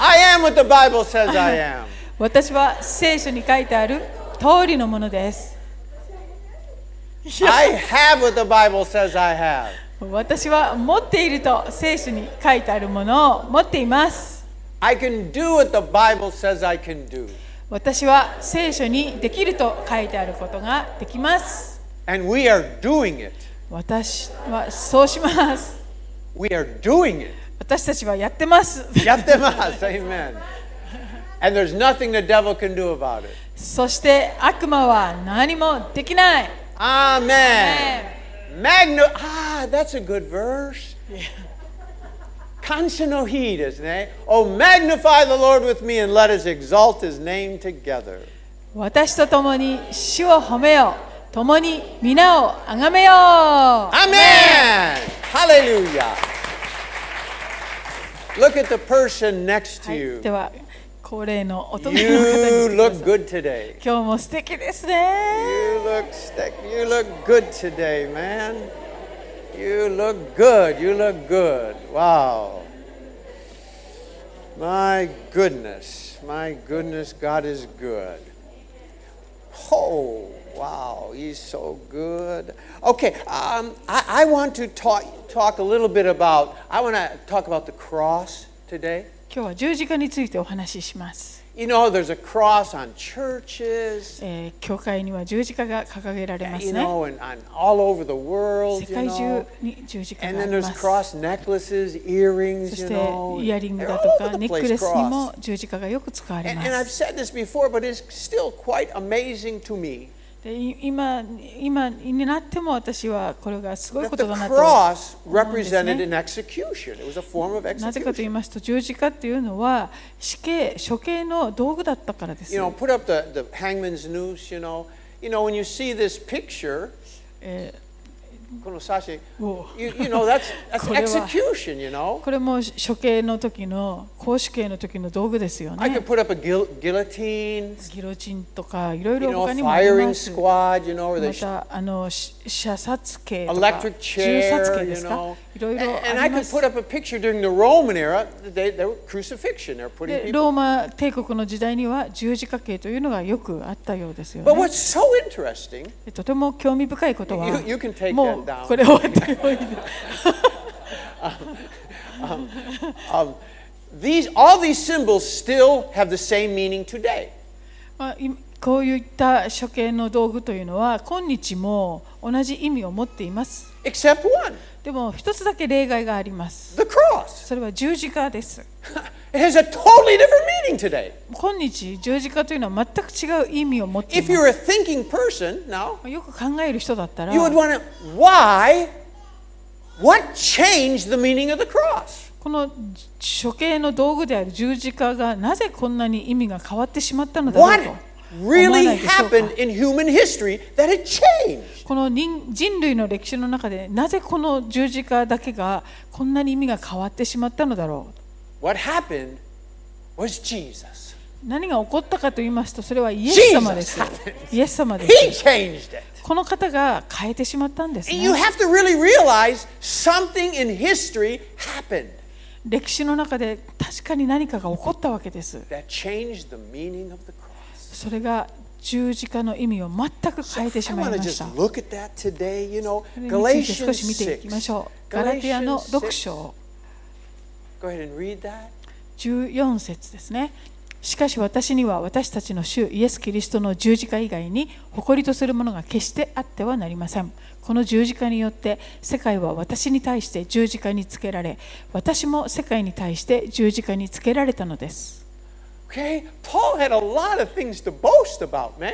am what the Bible says I am. 私は聖書に書いてある通りのものです。 I have what the Bible says I have. 私は持っていると聖書に書いてあるものを持っています。 I can do what the Bible says I can do. 私は聖書にできると書いてあることができます。 And we are doing it. 私はそうします。 We are doing it. 私たちはやってます。 Yaptemas. Amen. And there's nothing the devil can do about it. そして悪魔は何もできない。 Amen. Magno. Ah, that's a good verse. Kansanohi desu ne. Oh, magnify the Lord with me and let us exalt his name together. 私と共に主を褒めよう。共に皆をあがめよう。ア Amen. Hallelujah. Look at the person next to で you. は恒例のお隣の方に You して look good ください today. 今日も素敵ですね You look stick. You look good today, man. You look good. You look good. Wow. My goodness. My goodness. God is good. Oh, wow. He's so good. Okay. Um, I, I want to talk talk a little bit about. I want to talk about the cross today. 今日は十字架についてお話しします、 You know, there's a cross on churches. えー教会には十字架が掲げられま you すね know, and, and all over the world, 世 you 界中 know. に十字架 And があ then り there's ます cross necklaces, earrings, you そして know. イヤリング They're だ all と over か the ネック place, レスに cross. も十字架がよく使われ And, ま and I've す said this before, but it's still quite amazing to me. でい今今になっても私はこれがすごい That ことだ the なと cross 思うんですね。 represented an execution. It was a form of なぜかと言い execution. ますと十字架っていうのは死刑処刑の道具だったからです You know, put up the, the hangman's noose, you know. You know, when you see this picture, え Konosashi, ーおう you, you know, that's, that's これは。 execution, you know. これも処刑の時の公主刑の時の道具ですよ I ね could。put up a guil- guillotine. ギロチンとかいろい you ろ know, 他にもあり firing ます。ま squad, you know, where they たあのし射殺刑とか electric 銃殺 chair, 刑で you すか know. い And, ろいろ and あ I りま could す put。up a picture during the Roman era. They, they were crucifixion. They were putting で people. ローマ帝国の時代には十字架刑というのがよくあったようですよ But ね。 what's so interesting, でとても興味深いことは You- you can take that もう down. これ終わってもいいです um, these all these symbols still have the same meaning today. まあいこういった処刑の道具というのは今日も同じ意味を持っています。 Except one, でも一つだけ例外があります。 the cross. それは十字架です。 It has a totally different meaning today. 今日十字架というのは全く違う意味を持ってい If ま you're a thinking person now, す。よく考える人だったら you would want to why what changed the meaning of the cross? この処刑の道具である十字架がなぜこんなに意味が変わってしまったのだろ What うと思わ really ないでしょうか happened in human history that it changed? この人人類の歴史の中でなぜこの十字架だけがこんなに意味が変わってしまったのだろう What happened was Jesus. 何が起こったかと言いますとそれはイエス様です Jesus イエス様で He す changed it. この方が変えてしまったんです、 And you ね、 have to really realize something in history happened 歴史の中で確かに何かが起こったわけです that changed the meaning of the cross. それが十字架の意味を全く So 変えてし I まい want to まし just た。 look at that today, you know. それについて少 Galatians し見ていきまし 6. ょう。ガラティアの Galatians 6 6. 章 Go ahead and read that. 14節ですね。しかし私には私たちの主イエス・キリストの十字架以外に誇りとするものが決してあってはなりません。この十字架によって世界は私に対して十字架につけられ、私も世界に対して十字架につけられたのです。 Okay? Paul had a lot of things to boast about, man.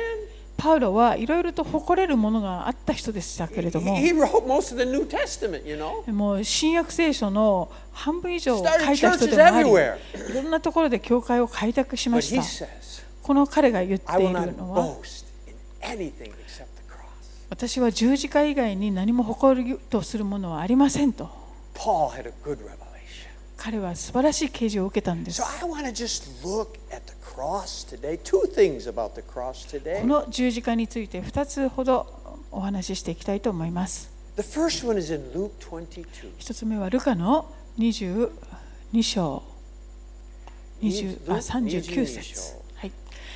パウロはいろいろと誇れるものがあった人でしたけれ He, ども。 he wrote most of the New Testament, you know. もう新約聖書の半分以上を開拓 Started churches 人でもあり everywhere. いろんなところで教会を開拓しま But し he た says, この彼が言って I い will る not のは boast in anything except the cross. 私は十字架以外に何も誇りとするものはありませんと Paul had a good revelation. 彼は素晴らしい啓示を受けたんです So I want to just look at the cross today. Two things about the cross こ today. の十字架について2つほどお話ししていきたいと思います The first one is in Luke 22. 1つ目はルカの22章20あ39 22節章、はい、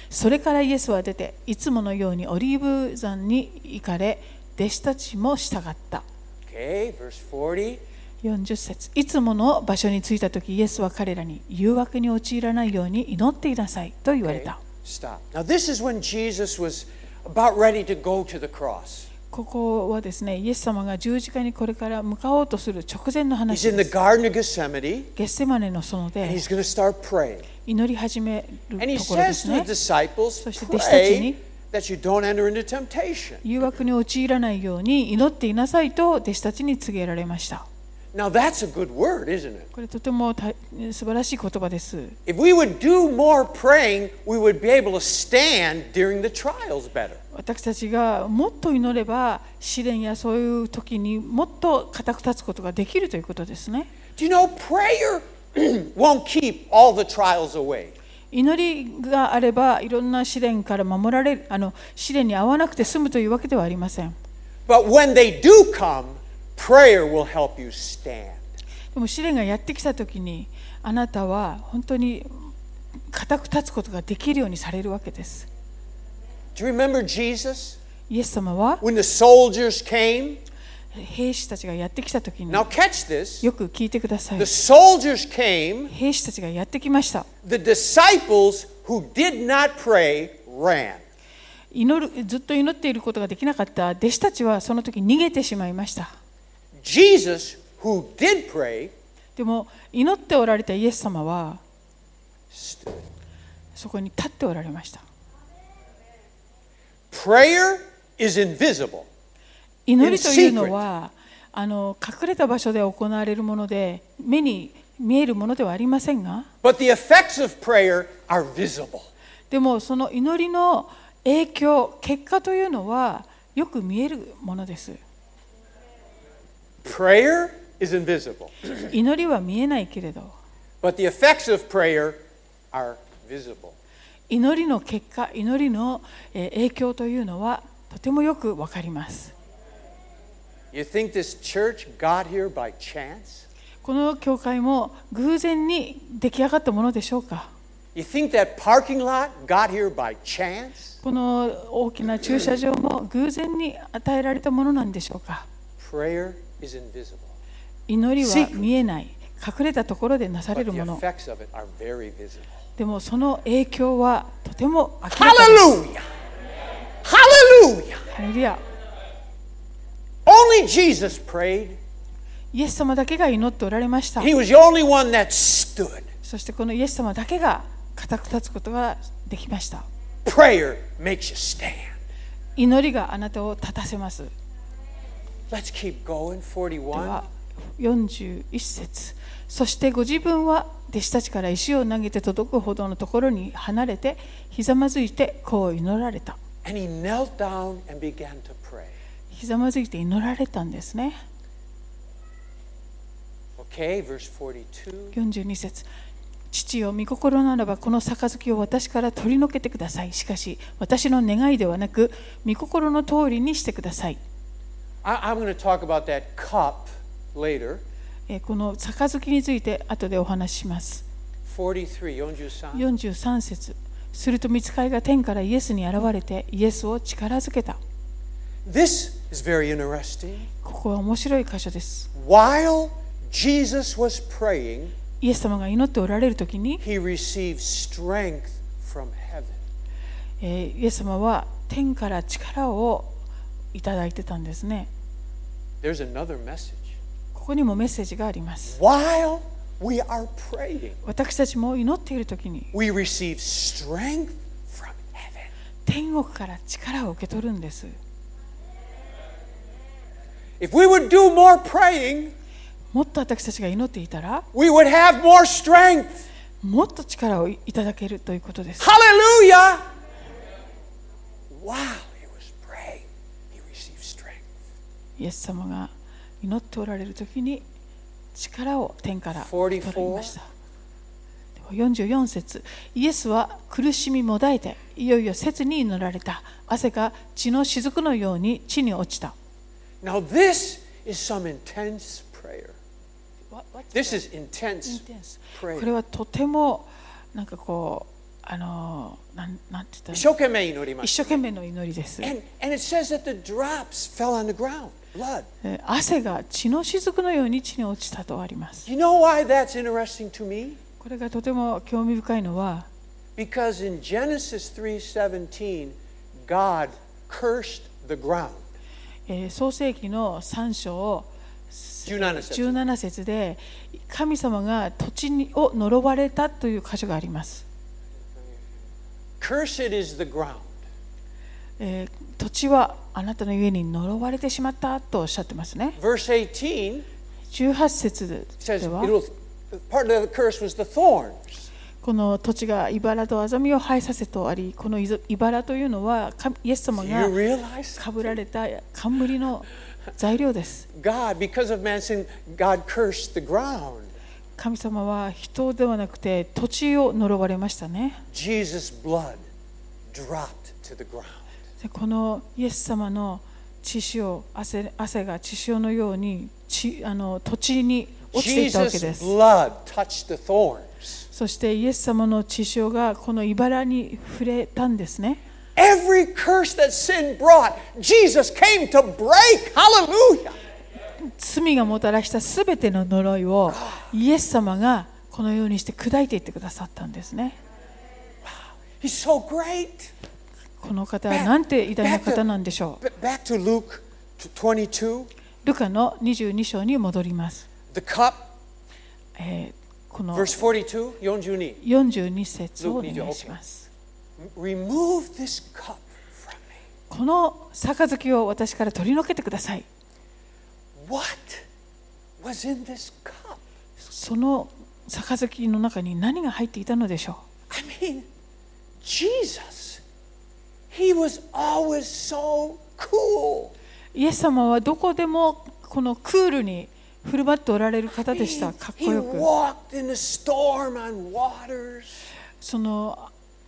それからイエスは出ていつものようにオリーブ山に行かれ弟子たちも従った Okay, verse 40. 40節いつもの場所に着いた時イエスは彼らに誘惑に陥らないように祈っていなさいと言われ Okay, た stop. Now, this is when Jesus was about ready to go to the cross. ここはですねイエス様が十字架にこれから向かおうとする直前の He's 話 in で the す Garden of Gethsemane, ゲッセマネの園 and で he's going to start praying. 祈り始める And he ところで says す to the ね disciples, そして弟子たちに、 pray that you don't enter into temptation. 誘惑に陥らないように祈っていなさいと弟子たちに告げられました Now, that's a good word, isn't it? これとてもた素晴らしい言葉です If we would do more praying, we would be able to stand during the trials better. 私たちがもっと祈れば試練やそういう時にもっと固く立つことができるということですね Do you know prayer won't keep all the trials away? 祈りがあればいろんな試練から守られるあの試練に合わなくて済むというわけではありません But when they do come, prayer will help you stand. でも試練がやってきた時にあなたは本当に固く立つことができるようにされるわけです Do you remember Jesus イエス様は when the soldiers came? 兵士たちがやってきた時に Now, catch this. よく聞いてください The soldiers came, 兵士たちがやってきました the disciples who did not pray ran. 祈るずっと祈っていることができなかった弟子たちはその時逃げてしまいました Jesus, who did pray, でも祈っておられたイエス様は stood. そこに立っておられました Prayer is invisible. 祈りというのはあの隠れた場所で行われるもので目に見えるものではありませんが But the effects of prayer are visible. でもその祈りの影響結果というのはよく見えるものです Prayer is invisible, 祈りは見えないけれど but the effects of prayer are visible. 祈りの結果祈りのえー影響というのはとてもよくわかります You think this church got here by chance? この教会も偶然に出来上がったものでしょうか You think that parking lot got here by chance? この大きな駐車場も偶然に与えられたものなんでしょうか Prayer is invisible, 祈りは見えない隠れたところでなされ but る the もの effects of it are very visible. でもその影響はとても明らかです Hallelujah! Hallelujah! ハレルヤ Only Jesus prayed. イエス様だけが祈っておられました He was the only one that stood. そしてこのイエス様だけが固く立つことができました Prayer makes you stand. 祈りがあなたを立たせます Let's keep going. で 41. は41節そしてご自分は弟子たちから石を投げて届くほどのところに離れてひざまずいてこう祈られた And he knelt down and began to pray. ひざまずいて祈られたんですね Okay, verse 42. 42節父よ御心ならばこの杯を私から取り除けてくださいしかし私の願いではなく御心の通りにしてください I, am going to talk about that cup later. えーこの杯について後でお話しします 43. Yonju-san. 43節すると見つかりが天からイエスに現れてイエスを力づけた This is very interesting. ここは面白い箇所です。 While Jesus was praying, イエス様が祈っておられる時に、 he received strength from heaven. えーイエス様は天から力をいただいてたんですね。 There's another message. ここにもメッセージがあります。 While we are praying, 私たちも祈っている時に we receive strength from heaven. 天国から力を受け取るんです。 If we would do more praying, もっと私たちが祈っていたら we would have more strength. もっと力をいただけるということです。 Hallelujah! While he was praying, he received strength. イエス様が祈っておられる時に力を天から取りました。では44節イエスは苦しみもだえていよいよ切に祈られた汗が血の雫のように地に落ちた。 Now, this is some intense prayer. This is intense こ prayer. れはとてもなんかこうあのなんなんて言ったらいい一生の懸命祈りま一す。生懸命の祈りです。 And, and it says that the drops fell on the ground, blood. えー汗が血の雫のように血に落ちたとあります。 You know why that's interesting to me? これがとても興味深いのは Because in Genesis 3:17, God cursed the ground. えー創世紀の3章17節17節で神様が土地にを呪われたという箇所があります、 Cursed is the ground. えー土地はあなたの家に呪われてしまったとおっしゃってますね Verse 18 18節 says で it は was, part of the curse was the thorns. この土地が茨とアザミを生えさせとありこのいぞ茨というのはかイエス様 Do you が realize? かぶられた冠の材料です God, because of man's sin, God cursed the ground. 神様は人ではなくて土地を呪われましたね Jesus' blood dropped to the ground. でこのイエス様の血潮汗汗が血潮のように血あの土地に落ちていたわけで Jesus' す blood touched the thorns. そしてイエス様の血潮がこの茨に触れたんですね Every curse that sin brought, Jesus came to break. Hallelujah. 罪がもたらしたすべての呪いをイエス様がこのようにして砕いていってくださったんですね He's so great. この方はなんて偉大な方なんでしょ B- Back to Luke t- 22, うルカの22章に戻ります、 the cup, えーこの verse 42, 42. 42節をお願いします、 Remove this cup from me. この杯を私から取り除けてください What was in this cup? その杯の中に何が入っていたのでしょ I mean, Jesus, he was always so cool. うイエス様はどこでもこのクールに振る舞っておられる方でしたかっこ he よく walked in the storm on waters. その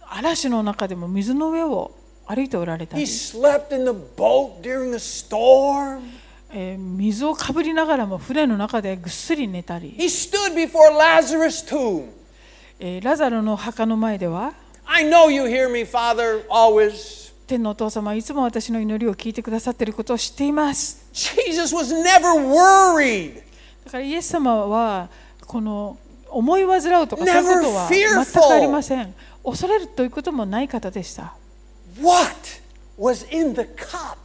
嵐の中でも水の上を歩いておられた He り、 slept in the boat during the storm. えー水をかぶりながらも船の中でぐっすり寝たり、 He stood before Lazarus' tomb. えーラザロの墓の前では I know you hear me, Father, always. 天のお父様いつも私の祈りを聞いてくださっていることを知っています Jesus was never worried, だからイエス様はこの思い煩うとかそう Never いうことは全くありません恐れるということもない方でした What was in the cup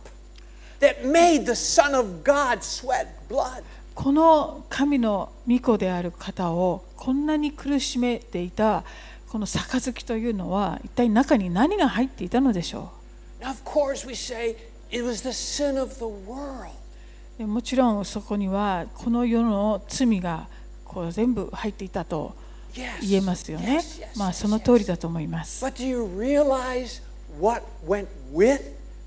that made the Son of God sweat blood? この神の御子である方をこんなに苦しめていたこの杯というのは一体中に何が入っていたのでしょ Now, of course, we say it was the sin of the world. うでもちろんそこにはこの世の罪がこう全部入っていたと言えますよね Yes, yes, まあ yes, その通りだと思います But do you realize what went with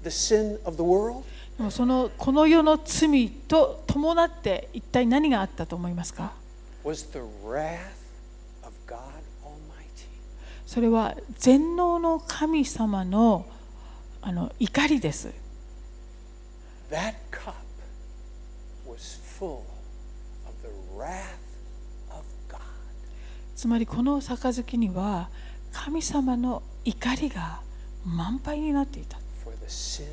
the sin of the world? でもそのこの世の罪と伴って一体何があったと思いますか Was the wrath of God Almighty. それは全能の神様のあの怒りです That cup was full of the wrath of God. つまりこの杯には神様の怒りが満杯になっていた for the sin of the world.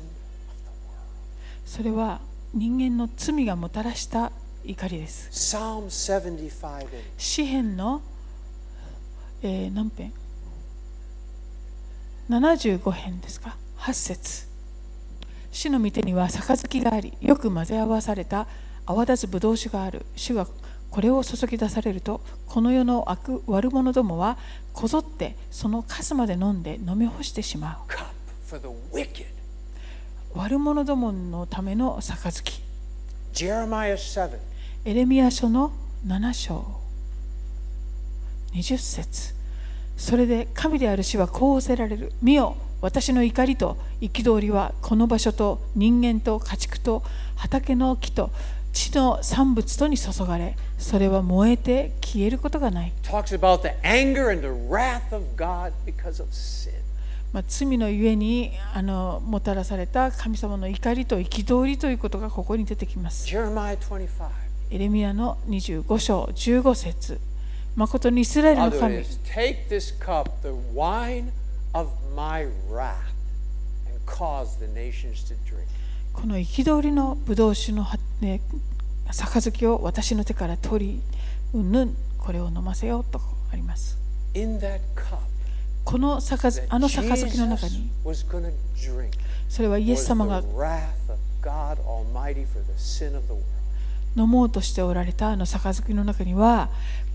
それは人間の罪がもたらした怒りです Psalm 75 and 詩篇の、えー何編75編ですか8節主の御手には杯がありよく混ぜ合わされた泡立つぶどう酒がある主がこれを注ぎ出されるとこの世の悪悪者どもはこぞってそのカスまで飲んで飲み干してしま cup for the wicked. う悪者どものための杯 Jeremiah 7. エレミア書の7章20節それで神である死はこう仰せられる見よ私の怒りと憤りはこの場所と人間と家畜と畑の木と地の産物とに注がれそれは燃えて消えることがない Talks about the anger and the wrath of God because of sin. まあ、罪のゆえにあのもたらされた神様の怒りと憤りということがここに出てきます Jeremiah 25. エレミアの25章15節誠にイスラエルの Other 神 is take this cup, the wine of my wrath, and cause the nations to drink. この憤りのブドウ酒のは、ね、杯を私の手から取りうんぬんこれを飲ませようとあります In that cup この杯 that あの杯の中 Jesus に was going to drink それはイエ was ス the 様が wrath of God Almighty for the sin of the world. 飲もうとしておられたあの杯の中には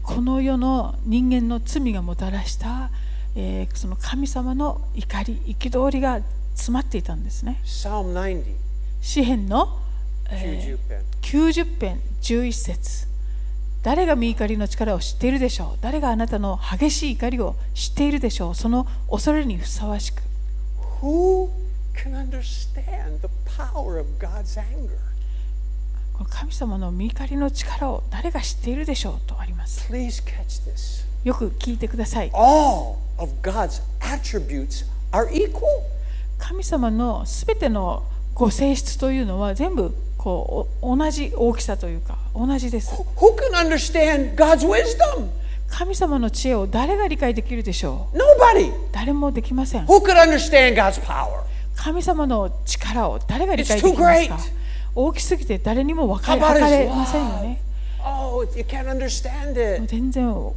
この世の人間の罪がもたらした、えーその神様の怒り憤りが詰まっていたんですね Psalm 90, 詩篇の、え Eh. Juju Pen. ー90編11節誰が身怒りの力を知っているでしょう誰があなたの激しい怒りを知っているでしょうその恐れにふさわしく Who can understand the power of God's anger? この神様の身怒りの力を誰が知っているでしょうとあります Please catch this. よく聞いてください All of God's attributes are equal. 神様のすべてのご性質というのは全部こうお同じ大きさというか同じです Who can understand God's wisdom? 神様の知恵を誰が理解できるでしょ Nobody. う誰もできません Who could understand God's power? 神様の力を誰が理解で It's きます too か great. 大きすぎて誰にも分か How り about 測れ His ませんよね love? Oh, you can't understand もう it. 全然も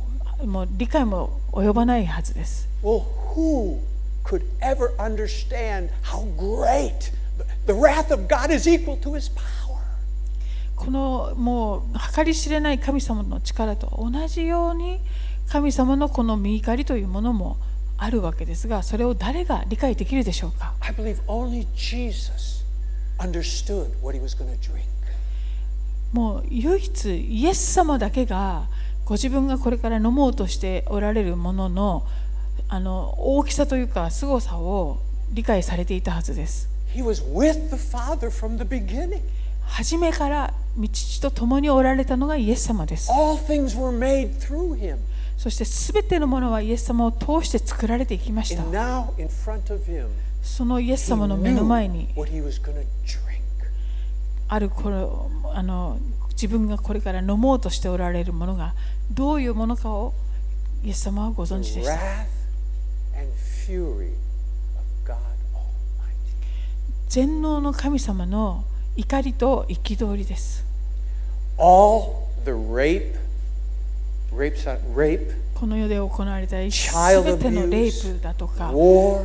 う理解も及ばないはずです Well, who could ever understand how great the wrath of God is equal to His power? このもう計り知れない神様の力と同じように神様のこの身怒りというものもあるわけですがそれを誰が理解できるでしょうか I believe only Jesus understood what He was going to drink. もう唯一イエス様だけがご自分がこれから飲もうとしておられるもののあの大きさというか凄さを理解されていたはずです He was with the Father from the beginning. 初めから道父と共におられたのがイエス様です All things were made through Him. そして全てのものはイエス様を通して作られていきました And now, in front of Him, そのイエス He 様の目の前に knew what He was going to drink. あるこれあの自分がこれから飲もうとしておられるものがどういうものかをイエス様はご存知で The した wrath and fury of God Almighty. 全能の神様の怒りと憤りです All the rape, rapes on, rape, この世で行われたす child べてのレイ abuse, プだとか war,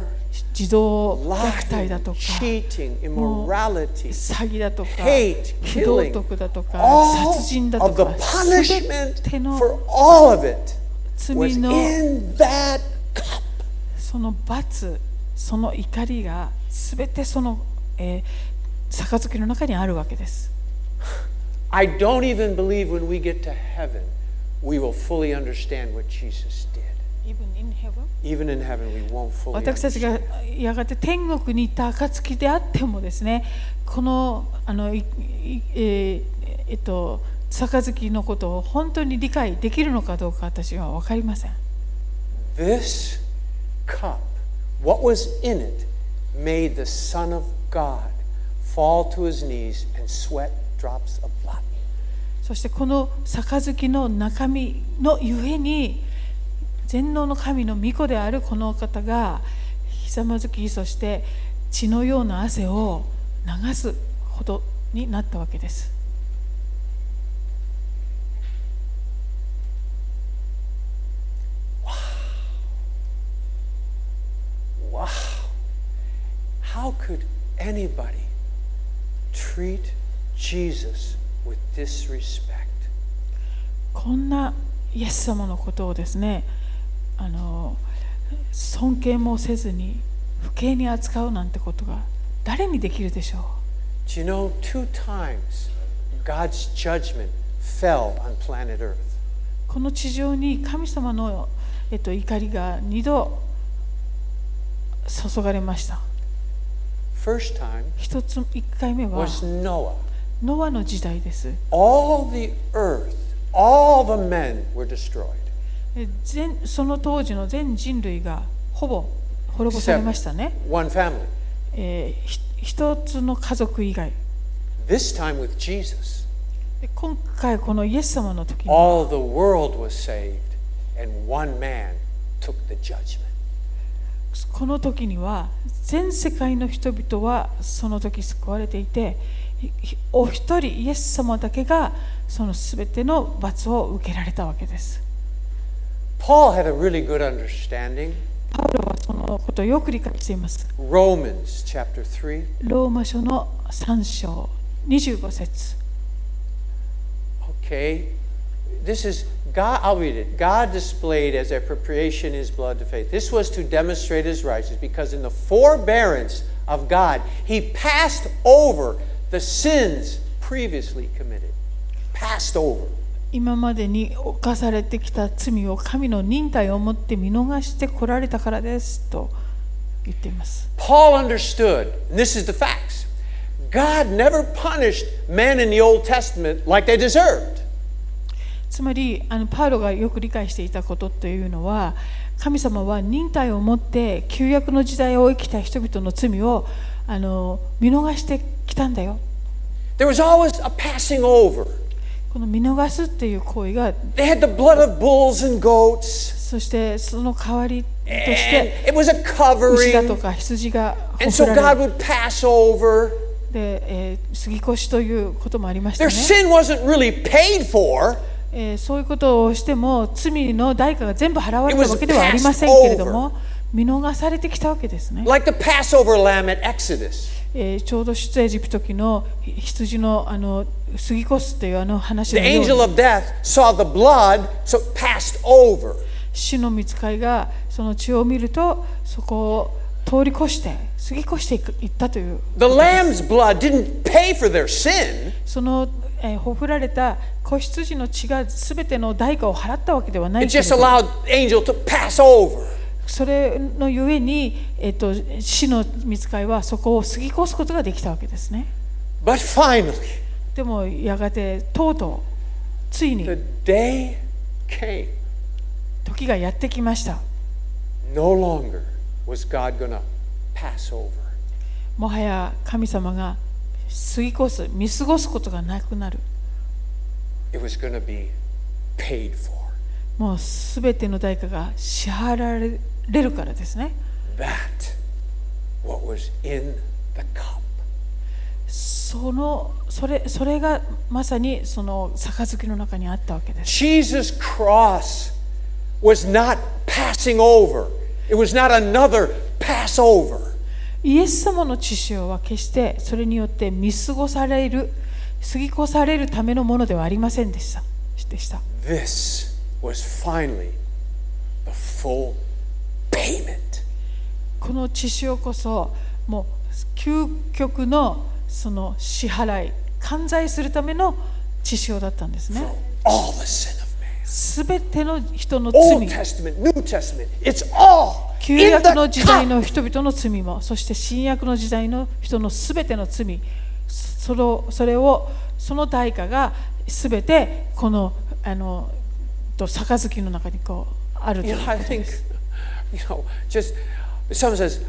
児童虐待だ lying, とか cheating, もう immorality, 詐欺だとか hate, 非道 killing, 徳だとか all 殺人だ of と the か全 punishment ての for all of it 罪 was の in that cup. その罰その怒りがすべてその、えー、杯の中にあるわけです I don't even believe when we get to heaven, we will fully understand what Jesus did. Even in heaven, we won't fully 私たち understand. がやがて天国に行った暁であってもですねこのあのいいえーえっと杯のことを本当に理解できるのかどうか私は分かりません This cup, what was in it, made the Son of God fall to his knees and sweat drops of blood. そしてこの杯の中身のゆえに全能の神の御子であるこのお方がひざまずきそして血のような汗を流すほどになったわけです Wow. How could anybody treat Jesus with disrespect? こんなイエス様のことをですねあの尊敬もせずに不敬に扱うなんてことが誰にできるでしょう Do you know two times God's judgment fell on planet Earth? この地上に神様の、えっと、怒りが2度注がれました First time 一つ1回目は was Noah. ノアの時代です All the earth, all the men were destroyed. で全その当時の全人類がほぼ滅ぼされましたね、 One family. えーひ一つの家族以外 This time with Jesus, で今回このイエス様の時に all the world was saved and one man took the judgment. この時には全世界の人々はその時救われていてひひお一人イエス様だけがその全ての罰を受けられたわけです Paul had a really good understanding. パウロはそのことをよく理解しています Romans chapter 3. ローマ書の3章25節 Okay. This is God, I'll read it. God displayed as a propitiation his blood to faith. This was to demonstrate his righteousness because in the forbearance of God, he passed over the sins previously committed. Passed over. 今までに犯されてきた罪を神の忍耐をもって見逃してこられたからですと言っています Paul understood, and this is the facts God never punished men in the Old Testament like they deserved. つまりあのパウロがよく理解していたことというのは神様は忍耐をもって旧約の時代を生きた人々の罪をあの見逃してきたんだよ There was always a passing over. この見逃すっていう行為が They had the blood of bulls and goats, そしてその代わりとし and て it was a 牛だと covering. か羊が And 送 so ら God れ would pass over. で、えー杉越ということもありました Their sin ね、wasn't really paid for, えーそういうことをしても罪の代価が全部払われ It た was わけではありませんけれど passed も見逃されてきたわけですね like the Passover lamb at Exodus. えーちょうど出エジプト記のひ羊のあの杉越というあの話 The のよう angel に of death saw the blood, so it passed over. 死の見つかいがその血を見るとそこを通り越して過ぎ越していく行ったという The lamb's blood didn't pay for their sin, その、えーほふられた子羊の血が全ての代価を払ったわけではな it いけれ just ど allowed the angel to pass over. それのゆえに、えー、と死の見つかいはそこを過ぎ越すことができたわけですね But finally, でもやがてとうとうついに the day came. 時がやってきました No longer was God going to pass over. もはや神様が過ぎ越す見過ごすことがなくなる It was going to be paid for. もうすべての代価が支払われるからですね That what was in the cup. そのそれそれがまさにその杯の中にあったわけです Jesus' cross was not passing over. It was not another Passover. イエス様の血潮は決してそれによって見過ごされる過ぎ越されるためのものではありませんでしたでした This was finally the full payment. この血潮こそもう究極のその支払い完済するための血潮だったんですね All the sin of man. すべての人の Old 罪、 Testament, New Testament, it's all 旧 in 約の the 時代 cup. の人々の罪も、そして新約の時代の人のすべての罪、それを、それをその代価がすべてこの、あの、と杯の中にこうあるとい You う know, こ I とで think, す。 you know, just someone says,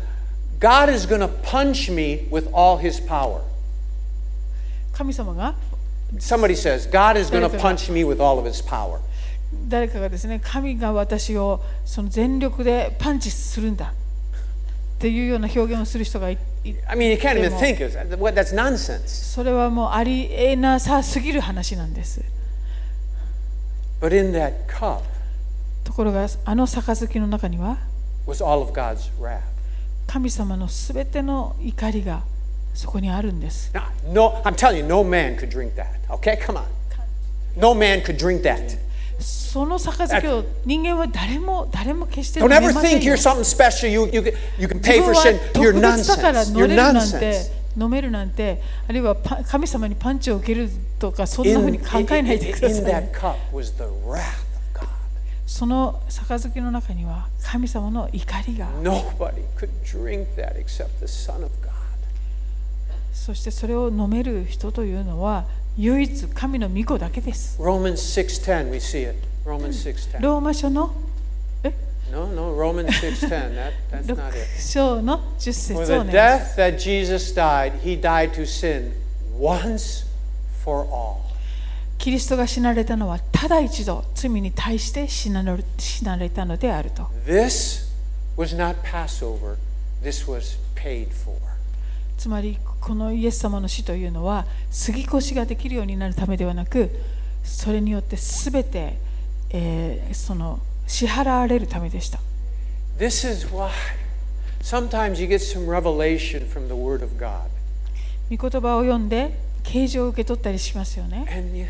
God is going to punch me with all his power. 神様が、 Somebody says, God is going to There's a- punch me with all of his power. 誰かがですね、神が私をその全力でパンチするんだっていうような表現をする人がいい I mean, you can't even Demo. think of that. What- That's nonsense. それはもうありえなさすぎる話なんです。 But in that cup ところがあの杯の中には was all of God's wrath. 神様のすべての怒りがそこにあるんです。 Now, no, I'm telling you, no man could drink that. Okay, come on. No man could drink that. その杯を人間は誰も誰も決して飲 Don't め ever ません think よ you're something special. You, you, can- you can 自 pay 分 for は sin. You're 特別だから nonsense. 乗 You're れるなんて nonsense. 飲めるなんてあるいはパ神様にパンチを受けるとかそんな In, ふう in, に考え in, ないでくだ in さい that。cup was the wrath of God. その杯の中には神様の怒りが Nobody could drink that except the Son of God. そしてそれを飲める人というのは唯一神の御子だけです。 Romans 6.10, we see it. Romans 6.10. ローマ書のえ No, no, Romans 6.10. That, that's not it. 6章の10節を For お願 the いします。 death that Jesus died, he died to sin once for all. キリストが死なれたのはただ一度罪に対して死なれ死なれたのであると This was not Passover, this was paid for. つまりこのイエス様の死というのは杉越しができるようになるためではなくそれによって全て、えーその支払われるためでした This is why sometimes you get some revelation from the Word of God, 御言葉を読んで啓示を受け取ったりしますよね and you,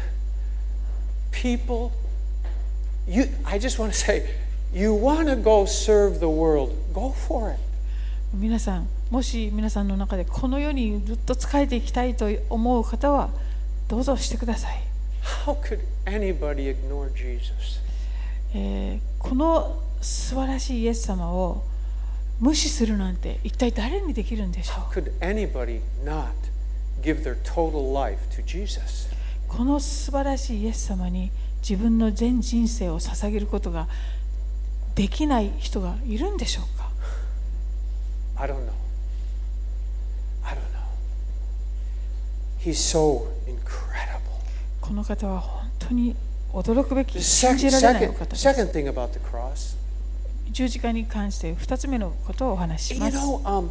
people, you, I just want to say, you want to go serve the world, go for it. 皆さんもし皆さんの中でこの世にずっと疲れていきたいと思う方はどうぞしてください、 How could anybody ignore Jesus? えーこの素晴らしいイエス様を無視するなんて一体誰にできるんでしょ How could anybody not give their total life to Jesus? うこの素晴らしいイエス様に自分の全人生を捧げることができない人がいるんでしょうか I don't know. I don't know. He's so incredible. この方は本当に驚くべき The 信 sec- じられないお方 second, です second thing about the cross, 十字架に関して2つ目のことをお話しし you ます know, um,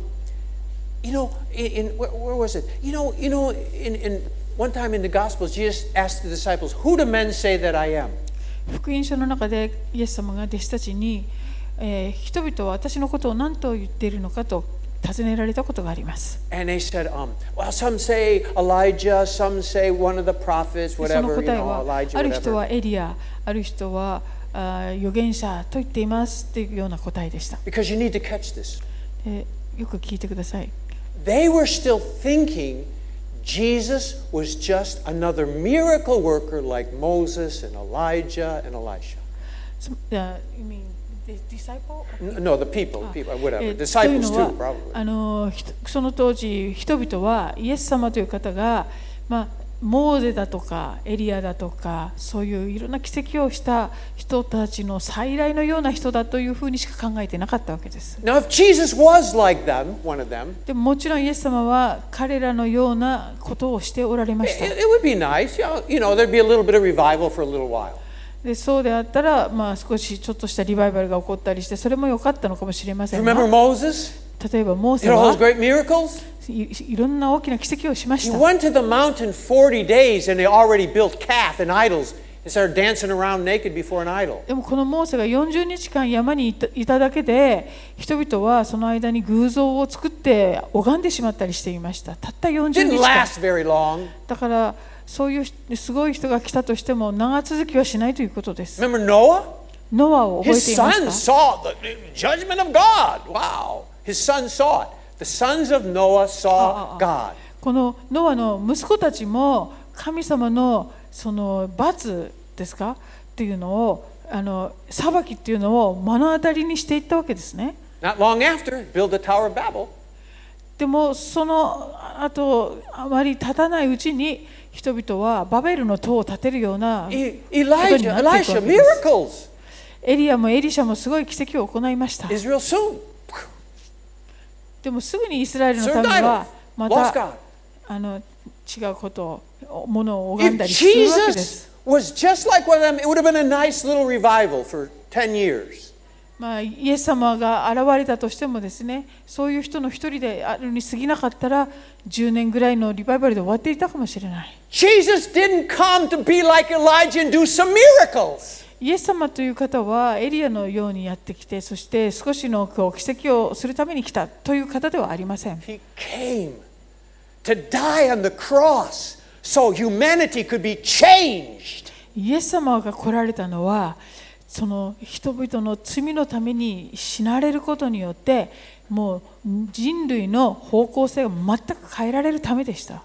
you know, in, in where, where was it? You know, you know, in, in one time in the Gospels, Jesus asked the disciples, "Who do men say that I am?" 福音書の中でイエス様が弟子たちに、えー人々は私のことを何と言っているのかと尋ねられたことがあります。 And they said, um, "Well, some say Elijah, some say one of the prophets, でその whatever, you 答え know, は Elijah, ある人 whatever." はエリアある人はあー預言者と言っていますというような答えでした、 Because you need to catch this. でよく聞いてください They were still thinking Jesus was just another miracle worker like Moses and Elijah and Elisha. つあ you mean the disciple? N- No, the people, people, whatever. えーという Disciples の too, は probably. あのひとその当時人々はイエス様という方が、まあ、モーゼだとかエリアだとかそういういろんな奇跡をした人たちの再来のような人だというふうにしか考えてなかったわけです。 Now, if Jesus was like them, one of them, でももちろんイエス様は彼らのようなことをしておられました it,。it would be nice. You know, you know, there'd be a little bit of revival for a little while. でそうであったら、まあ、少しちょっとしたリバイバルが起こったりしてそれも良かったのかもしれません Remember が Moses? 例えばモー Did セ all those は great miracles? いいろんな大きな奇跡をしま He した。 went to the mountain 40 days and they already built calf and idols and started dancing around naked before an idol. でもこのモーセが40日間山にいたいただけで人々はその間に偶像を作って拝んでしまったりしていましたたった40 Didn't 日間 last very long. だからそういう人すごい人が来たとしても長続きはしないということです Remember Noah? ノアを覚え His ていま son すか saw the judgment of God. Wow. His son saw it. The sons of Noah saw God. このノアの息子たちも神様のその罰ですかっていうのをあの裁きっていうのを目の当たりにしていったわけですね Not long after, build the Tower of Babel. でもそのあとあまり経たないうちに人々はバベルの塔を建てるような E- ことに Elijah, なっていく Elisha, わけです miracles. エリアもエリシャもすごい奇跡を行いました Israel soon. でもすぐにイスラエルの Served 民は idols. ま Lost God. たあの違うことをものを拝んだ If りするわけです Jesus was just like one of them, it would have been a nice little revival for 10 years. まあ、イエス様が現れたとしてもですねそういう人の一人であるに過ぎなかったら10年ぐらいのリバイバルで終わっていたかもしれない Jesus didn't come to be like Elijah and do some miracles. イエス様という方はエリアのようにやってきてそして少しのこう奇跡をするために来たという方ではありません He came to die on the cross so humanity could be changed. イエス様が来られたのはその人々の罪のために死なれることによってもう人類の方向性を全く変えられるためでした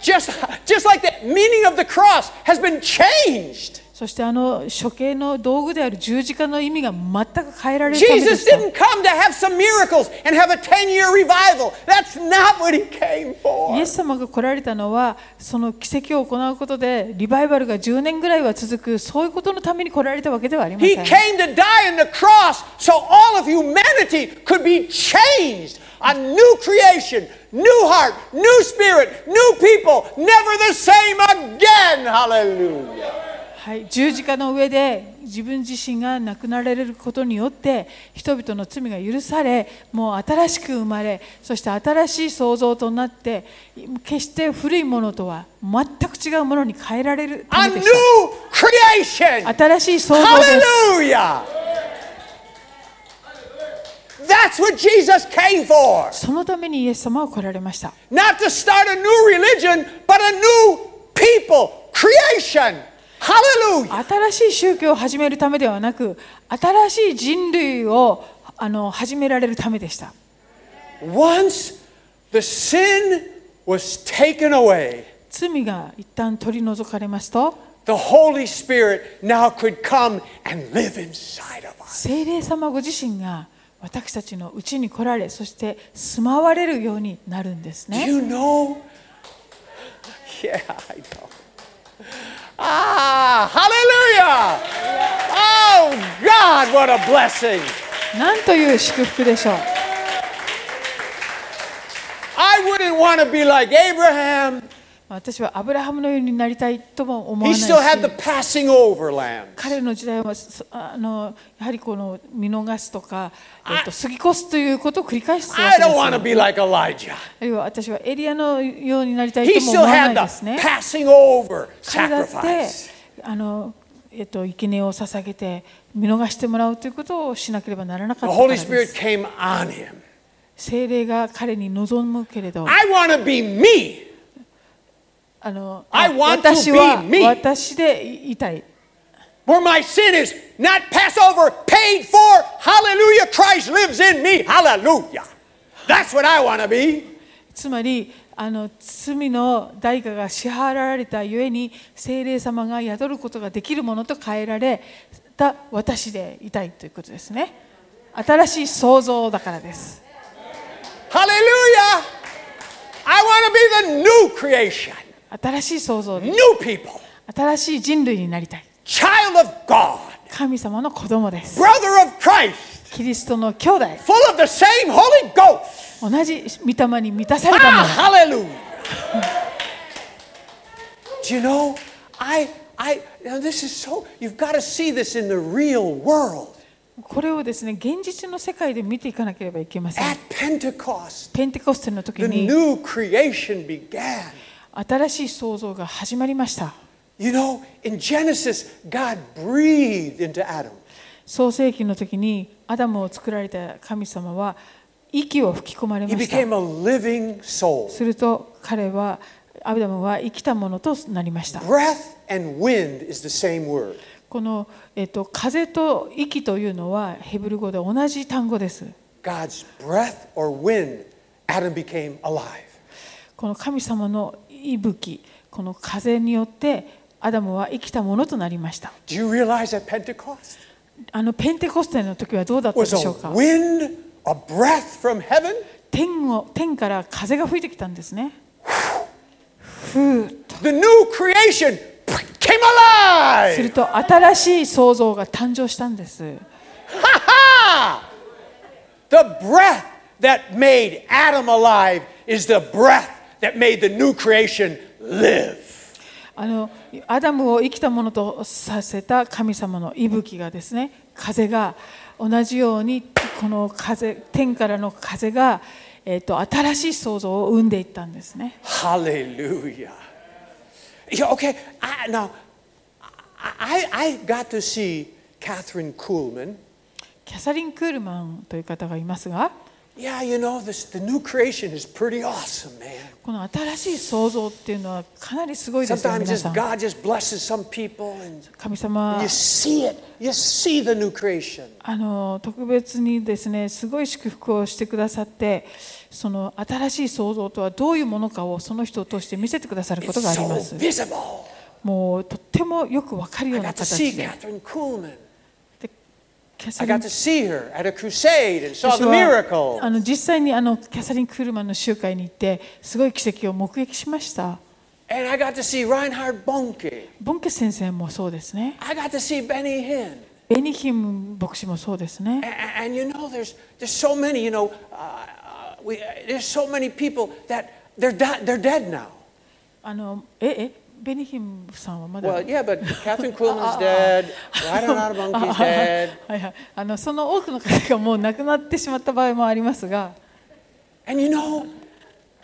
Just, just like the meaning of the cross has been changed. そそしてあの処刑の道具である十字架の意味が全く変えられるためで Jesus した。 didn't come to have some miracles and have a 10 year revival. That's not what he came イ for. エス様が来られたのはその奇跡を行うことでリバイバルが10年ぐらいは続くそういうことのために来られたわけではありま He せん。 came to die on the cross so all of humanity could be changed. A new creation, new heart, new spirit, new people, never the same again. Hallelujah. はい、十字架の上で自分自身が亡くなられることによって人々の罪が許されもう新しく生まれそして新しい創造となって決して古いものとは全く違うものに変えられるた A めでし new creation. た新しい創造です Hallelujah. That's what Jesus came for. そのためにイエス様は来られました Not to start a new religion, but a new people, creation. Hallelujah. 新しい宗教を始めるためではなく新しい人類をあの始められるためでした Once the sin was taken away, 罪が一旦取り除かれますと the Holy Spirit now could come and live inside of us. 聖霊様ご自身が私たちのうちに来られそして住まわれるようになるんです Do ね you know? Yeah, I know. Ah, hallelujah! Oh, God, what a blessing! なんという祝福でしょう I wouldn't want to be like Abraham. 私はアブラハムのようになりたいとも思わ He ないし still had the passing over lamb. 彼の時代はそあのやはりこの見逃すとか、えっと、過ぎ越すということを繰り返すわ I けで don't すよ want to be like Elijah. あるいは私はエリアのようになりたい He とも still 思わな had い the ですね。 passing over 彼だって sacrifice. あの、えっと、生贄を捧げて見逃してもらうということをしなければならな The かったから Holy で Spirit す came on him. 精霊が彼に望むけれど、 I want to be me. あの I want to 私は be me. 私でいたい。 Where my sin is not Passover paid for. Hallelujah. Christ lives in me. Hallelujah. That's what I want to be. つまりあの罪の代価が支払われたゆえに精霊様が宿ることができるものと変えられた私でいたいということですね。新しい創造だからです。 Hallelujah. I want to be the new creation, 新しい創造で new people, 新しい人類になりたい child of God, 神様の子供です brother of Christ, キリストの兄弟 full of the same Holy Ghost. 同じ御霊に満たされたもの Ah, hallelujah. Do you know? I, I, now this is so, you've got to see this in the real world. これをですね現実の世界で見ていかなければいけません At Pentecost, ペンテコステの時 The に new creation began. 新しい創造が始まりました You know, in Genesis, God breathed into Adam. 創世紀の時にアダムを作られた神様は息を吹き込まれ He ました became a living soul. すると彼はアダムは生きたものとなりました Breath and wind is the same word. この、えっと、風と息というのはヘブル語で同じ単語です。 God's breath or wind, Adam became alive. この神様の息吹、この風によってアダムは生きたものとなりました。 Do you realize that Pentecost あのペンテコステの時はどうだったで was しょ a うか wind, a breath from heaven? 天を天から風が吹いてきたんですね。ふーっと The new creation came する alive. と新しい創造が誕生したんです。 Ha ha! The breath that made Adam alive is the breath that made the new creation live. あのアダムを生きたものとさせた神様の息吹がですね風が同じようにこの風天からの風が、えっと新しい創造を生んでいったんですね Hallelujah. Yeah, okay, I, now I, I got to see Catherine Kuhlman. キャサリン・クールマンという方がいますが Yeah, you know, this, the new creation is pretty awesome, man. この新しい創造っていうのはかなりすごいですよ Sometimes 皆 just さん God just blesses some people and 神様 you see it. You see the new creation. あの特別にですねすごい祝福をしてくださってその新しい創造とはどういうものかをその人を通して見せてくださること It's がありま so す visible. もうとってもよくわかるよ I うな got to see 形で Catherine Kuhlman. でキャサ I リン got to see her at a crusade and saw 私 the はあ miracle. の実際にあのキャサリン・クールマンの集会に行ってすごい奇跡を目撃しました And I got to see Reinhard Bonke. ボンケ先生もそうですね I got to see Benny Hinn. ベニヒム牧師もそうですね And, and you know, there's, there's so many, you know, uh, uh, we, uh, there's so many people that they're, di- they're dead now. あのええベニヒムさんはまだ Well, yeah, but Catherine Kuhlman's dead, Reinhard Bonke's dead. はいはい、あのその多くの方がもう亡くなってしまった場合もありますが And you know,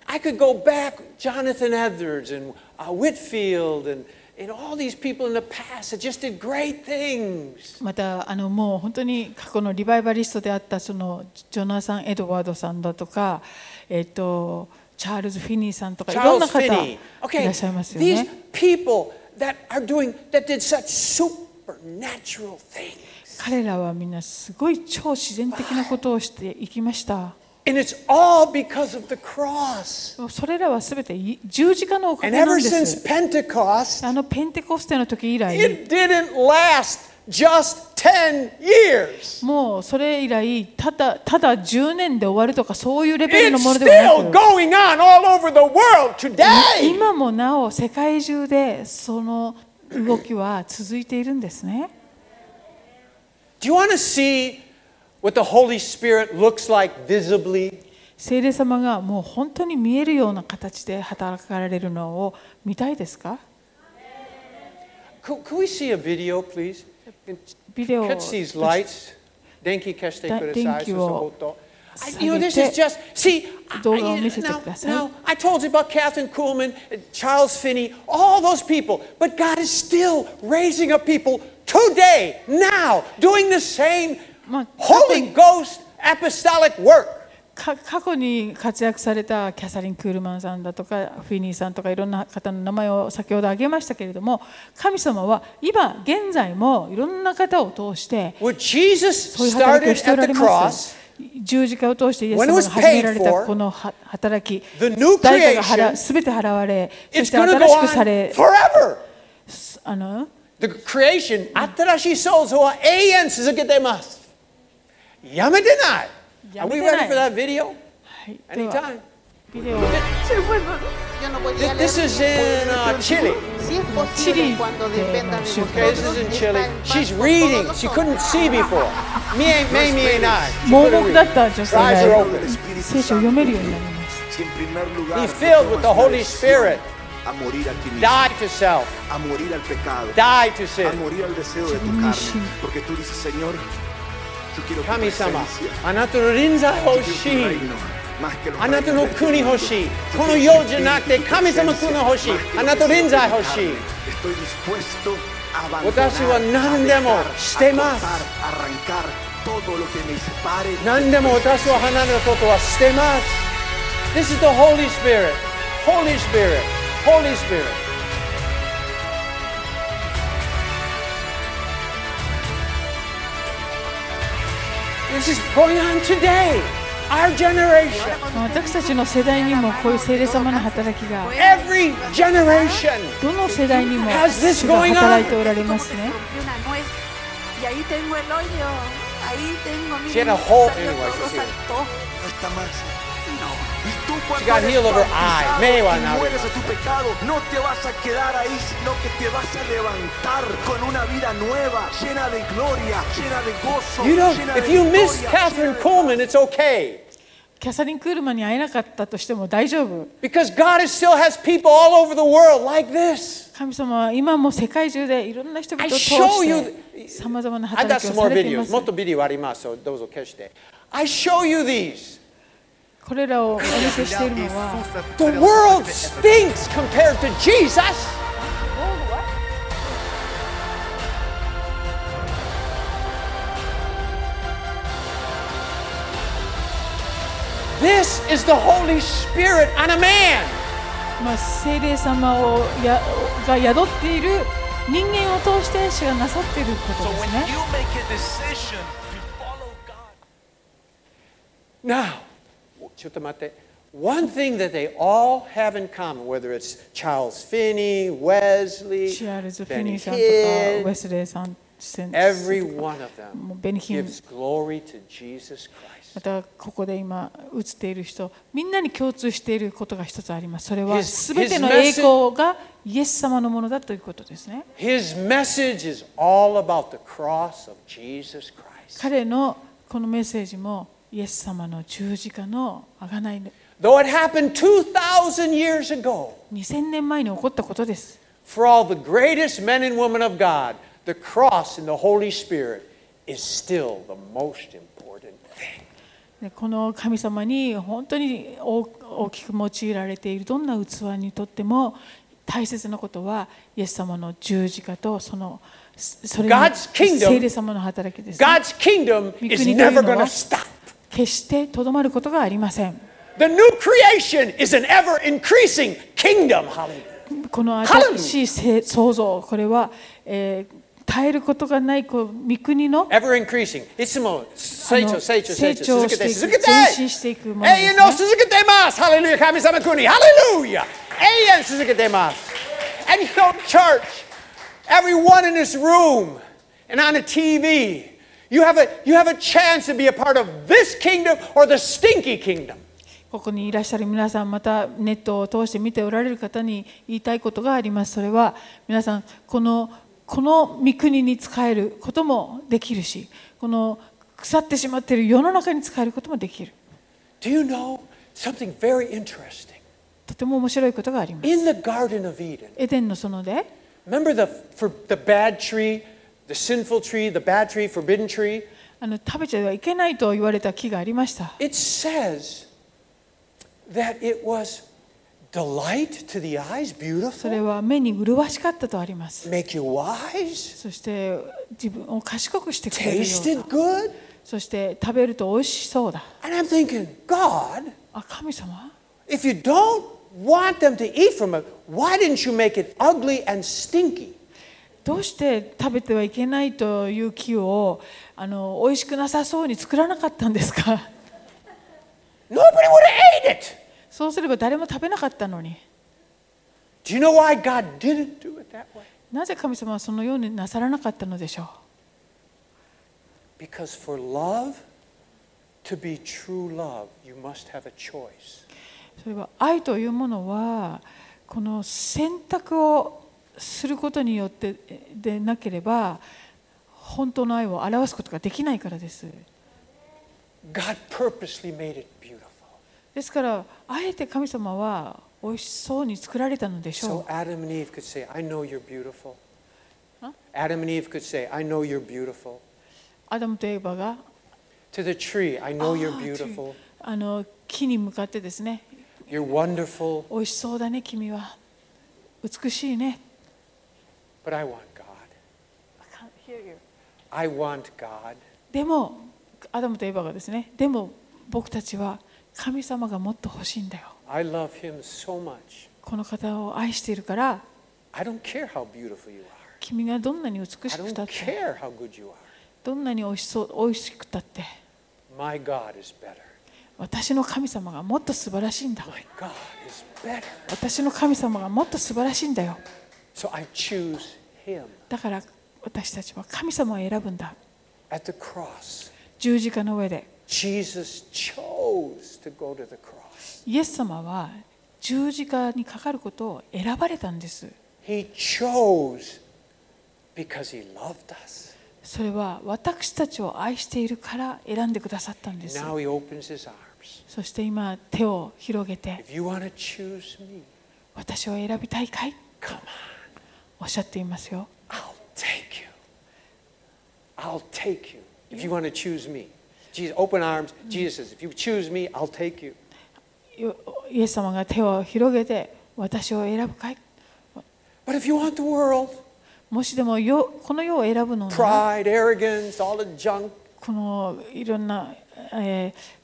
I could go back, Jonathan Edwards and uh, Whitfield and, and all these people in the past that just did great things. またあのもう本当に過去のリバイバリストであったそのジョナサン・エドワードさんだとか、えっとチャールズ・フィニーさんとかいろ Charles んな方い Finney. ら Okay, っしゃいますよ these ね。 people that are doing, that did such supernatural things. 彼らはみんなすごい超自然的なことをしていきました。 And it's all because of the cross. もうそれらはすべてい十字架のおか And げなん ever で since す。 Pentecost, あのペンテコステの時以来、 it didn't last just 10 years. もうそれ以来ただただ10年で終わるとかそういうレベルの It's ものでは still なく、 going on all over the world today. 今もなお世界中でその動きは続いているんですね。 Do you want to see what the Holy Spirit looks like visibly? 聖霊様がもう本当に見えるような形で働かれるのを見たいですか Could, could we see a video, please? ビデオ Catch these lights. Denki kashite Da- kudasai, 電気を susohoto. I- You know, this is just, see, I- 動画を you- 見せて now, ください。 now, I told you about Catherine Kuhlman, uh, Charles Finney, all those people, but God is still raising up people today, now, doing the same まあ、 Holy Ghost apostolic work. か過去に活躍されたキャサリン・クールマンさんだとかフィニーさんとかいろんな方の名前を先ほど挙げましたけれども神様は今現在もいろんな方を通して What Jesus そういう働きを started しておら at れ the ま cross. す。十字架を通してイエス When it 様 was が始められ paid た for, このは働き、 the new 代価が払 creation すべて払われ、そ It's して going to go 新しくされ on、forever. あの The creation, 新しい創造は永遠続けてます。やめてない。Are we やめてない。 ready for that video? はい、では Anytime. ビデオ Se fue, no, yo no volví a leer. This is in uh, Chile. Si es Chile. posible, cuando dependa de Okay, Okay, vosotros, this is in Chile. está en paz She's con reading. todos She los couldn't see before. 見え目見えない。She 盲 couldn't 目だっ read. た女性 Her eyes are が por el 聖 open. Espíritu 書を Santo, 読めるようになりました。 si en primer lugar Be filled with the Holy tomas la Spirit. decisión a morir a ti mismo, Die to self. a morir al pecado, Die to a sin. morir al deseo de tu Mm, carne, sí. porque tú dices, Señor, yo quiero tu 神様 presencia, あなたの臨在欲 yo し quiero tu い reino, más que los あなたの reinos de este 国 mundo. 欲しい Yo この世 quiero tu じゃなくて espíritu y tu 神様の presencia, 国欲しい más que あ los なたの deseos 臨 de 在 mi 欲しい carne. Estoy dispuesto a abandonar, 私は a 何でも dejar, a してます cortar, a arrancar todo lo que me separe de 何で tu も私 presencia. を離れることは捨てます This is the Holy Spirit Holy Spirit Holy Spirit です going on today our generation 私たちの世代にもこういう聖霊様の働きが every generation どの世代にも How's this 主が going on? 働いておら Así れ como ま que すね rompí una nuez. Y ahí tengo el hoyo, ahí tengo mi She had a hole salió anyway, todo, she did. saltó. No está más. No. Y tú She cuando got eres healed of her eye. bautizado May y one now. mueres de tu pecado, no te vas a quedar ahí, sino que te vas a levantar con una vida nueva, llena de gloria, llena de gozo, You know, llena if de you victoria, miss Catherine llena de- Coleman, it's okay. キャサリン・クールマンに会えなかったとしても大丈夫 Because God is still has people all over the world like this. 神様は今も世界中でいろんな人々 I を通 show し you. てさまざまな I got 働き some をさ more れていま videos. す More video あります。どうぞ消して。I show you these. これらをお見せしているのは The world stinks compared to Jesus. This is the Holy Spirit on a man. まあ、聖霊様をやが宿っている人間を通して主がなさっていることですね Now, ちょっと待って。 One thing that they all have in common, whether it's Charles Finney, Wesley, チアールズ・フィ Benny ニーさんとか Hinn, ウェスレーさん先 every one of them もうベニヒン gives glory to Jesus ま Christ. たここで今映っている人みんなに共通していることが一つありますそれは His- 全ての his 栄光がイエス様のものだということですね His message is all about the cross of Jesus Christ. 彼のこのメッセージもイエス様の十字架の贖いの Though it happened 2,000 years ago, 2000年前に起こったことです for all the greatest men and women of God, the cross and the Holy Spirit is still the most important thing. でこの神様に本当に大大きく用いられているどんな器にとっても大切なことはイエス様の十字架とそのそれ God's kingdom- 聖霊様の働きですね、 God's kingdom is 御国というのは never going - to stop. 決してとどまることがありません The new creation is an ever increasing kingdom. Hallelujah. この新しいせ創造これは、えー耐えることがないこう御国の Ever increasing. いつも成長、あの、成長、成長。成長していく、続けて、前進していくものですね。永遠の続けてます。ハレルヤ。神様の国。ハレルヤ。永遠続けてます。And you know, church, everyone in this room and on the TV, you have a, you have a chance to be a part of this kingdom or the stinky kingdom. ここにいらっしゃる皆さんまたネットを通して見ておられる方に言いたいことがありますそれは皆さんこのこの御国に使えることもできるしこの腐ってしまっている世の中に使えることもできる Do you know something very interesting? とても面白いことがあります In the Garden of Eden, エデンの園で remember the, for, the bad tree, the sinful tree, the bad tree, forbidden tree? あの食べちゃいけないと言われた木がありました It says that it was delight to the eyes, それ beautiful, は目に麗しかったとあります make you wise, そして自分を賢くしてくれるよう tasted な good. そして食べると美味しそうだ And I'm thinking, God, あ神様 if you don't want them to eat from it, why didn't you make it ugly and stinky? どうして食べてはいけないという木をあの美味しくなさそうに作らなかったんですか Nobody would have ate it. そうすれば誰も食べなかったのに Do you know why God didn't do it that way? なぜ神様はそのようになさらなかったのでしょう Because for love to be true love, you must have a choice. それは愛というものはこの選択をすることによってでなければ本当の愛を表すことができないからです God purposely made it beautiful. ですからあえて神様は美味しそうに作られたのでしょう So Adam and Eve could say, I know you're beautiful. Adam and Eve could say, I know you're beautiful. アダムとエバが To the tree, I あ know you're ーという beautiful. あの木に向かってですね You're wonderful, 美味しそうだね君は美しいね but I want God. I want God. でもアダムとエバがですねでも僕たちは神様がもっと欲しいんだよ I love him so much. この方を愛しているから I don't care how beautiful you are. 君がどんなに美し I くた don't って care how good you are. どんなに美味しそう美味しくたって My God is better. 私の神様がもっと素晴らしいんだ My God is better. 私の神様がもっと素晴らしいんだよ So I choose him だから私たちは神様を選ぶんだ at the cross. 十字架の上で Jesus chose to go to the cross. イエス様は十字架にかかることを選ばれたんです He chose because he loved us. それは私たちを愛しているから選んでくださったんです Now he opens his arms. そして今手を広げて If you want to choose me, 私を選びたいかい come on. おっしゃっていますよ I'll take you. I'll take you. If you want to choose me. Jesus, open arms. Jesus says, if you choose me, I'll take you. イエス様が手を広げて私を選ぶかい But if you want the world, もしでもよこの世を選ぶのなら pride, arrogance, all the junk, このいろんな、えー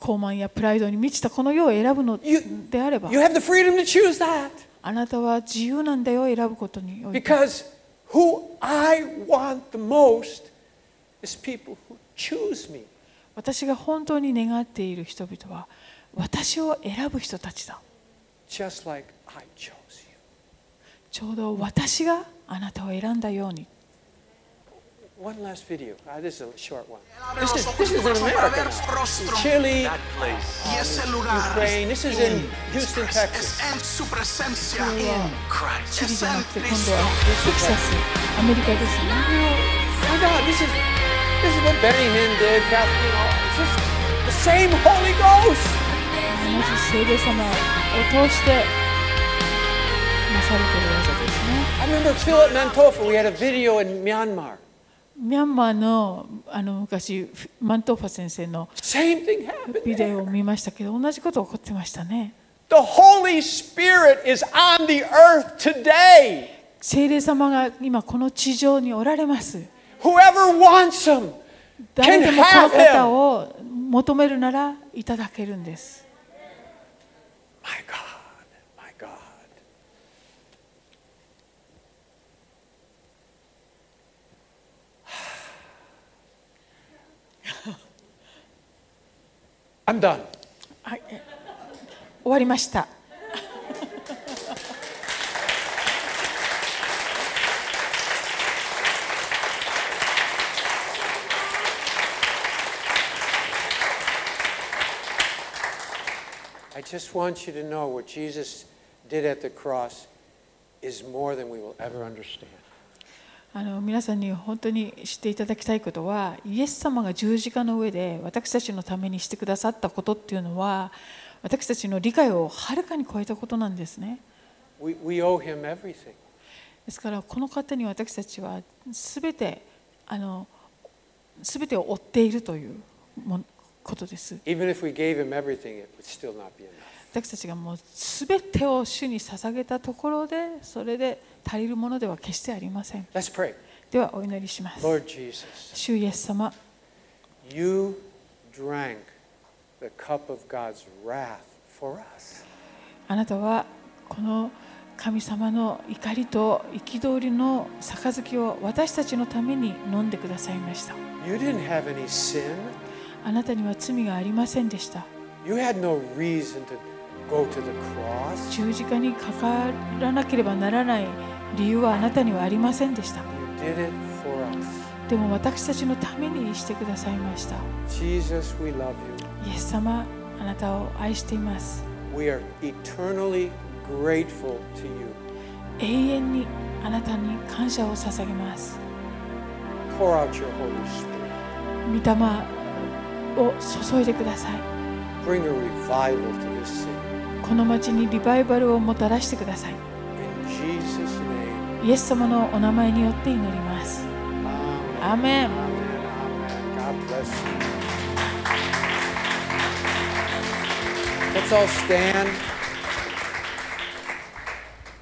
高慢やプライドに満ちたこの世を選ぶの You- であれば you have the freedom to choose that. あなたは自由なんだよ選ぶことにおいて Because who I want the most is people who choose me. 私が本当に願っている人々は私を選ぶ人たちだ just like I chose you. ちょうど私があなたを選んだように One last video. Ah, this is a short one. Abre This is, los ojos this is in y vas a America. ver su now. rostro. Chile, uh, Y ese lugar Ukraine. This is in Houston, Texas. es en su presencia. In チリ Christ. Es じゃな en くて今度 Cristo. はテキサスアメリカですね My God, Oh, this is this is what Benny Hinn did. Kath- you know, it's just the same Holy Ghost. 同じ聖霊様を通してなされている技ですね I remember Philip Mantofa. We had a video in Myanmar. ミャンマーのあの昔フマントーファ先生の Same thing happened. ビ there. デオを見ましたけど同じこと起こってましたね The Holy Spirit is on the earth today. 聖霊様が今この地上におられます Whoever wants him. 誰でもこ have の him. 方を求めるならいただけるんです My God, my God. I'm done. はい、え終わりました。 I just want you to know what Jesus did at the cross is more than we will ever understand. あの皆さんに本当に知っていただきたいことはイエス様が十字架の上で私たちのためにしてくださったことっていうのは私たちの理解をはるかに超えたことなんですね We, we owe him everything. ですからこの方に私たちは全てあの全てを追っているというもことです Even if we gave him everything, it would still not be enough. 私たちがもう全てを主に捧げたところでそれで足りるものでは決してありません Let's pray. ではお祈りします Lord Jesus. 主イエス様 You drank the cup of God's wrath for us. あなたはこの神様の怒りと憤りの杯を私たちのために飲んでくださいました You didn't have any sin. あなたには罪がありませんでした You had no reason to go to the cross. 十字架にかからなければならない理由はあなたにはありませんでした You did it for us. でも私たちのためにしてくださいました Jesus, we love you. イエス様あなたを愛しています We are eternally grateful to you. 永遠にあなたに感謝を捧げます Pour out your Holy Spirit. 御霊を注いでください Bring a revival to this city. この町にリバイバルをもたらしてください In Jesus' name. イエス様のお名前によって祈ります。 Amen. アーメン Amen. Amen. God bless you. Let's all stand.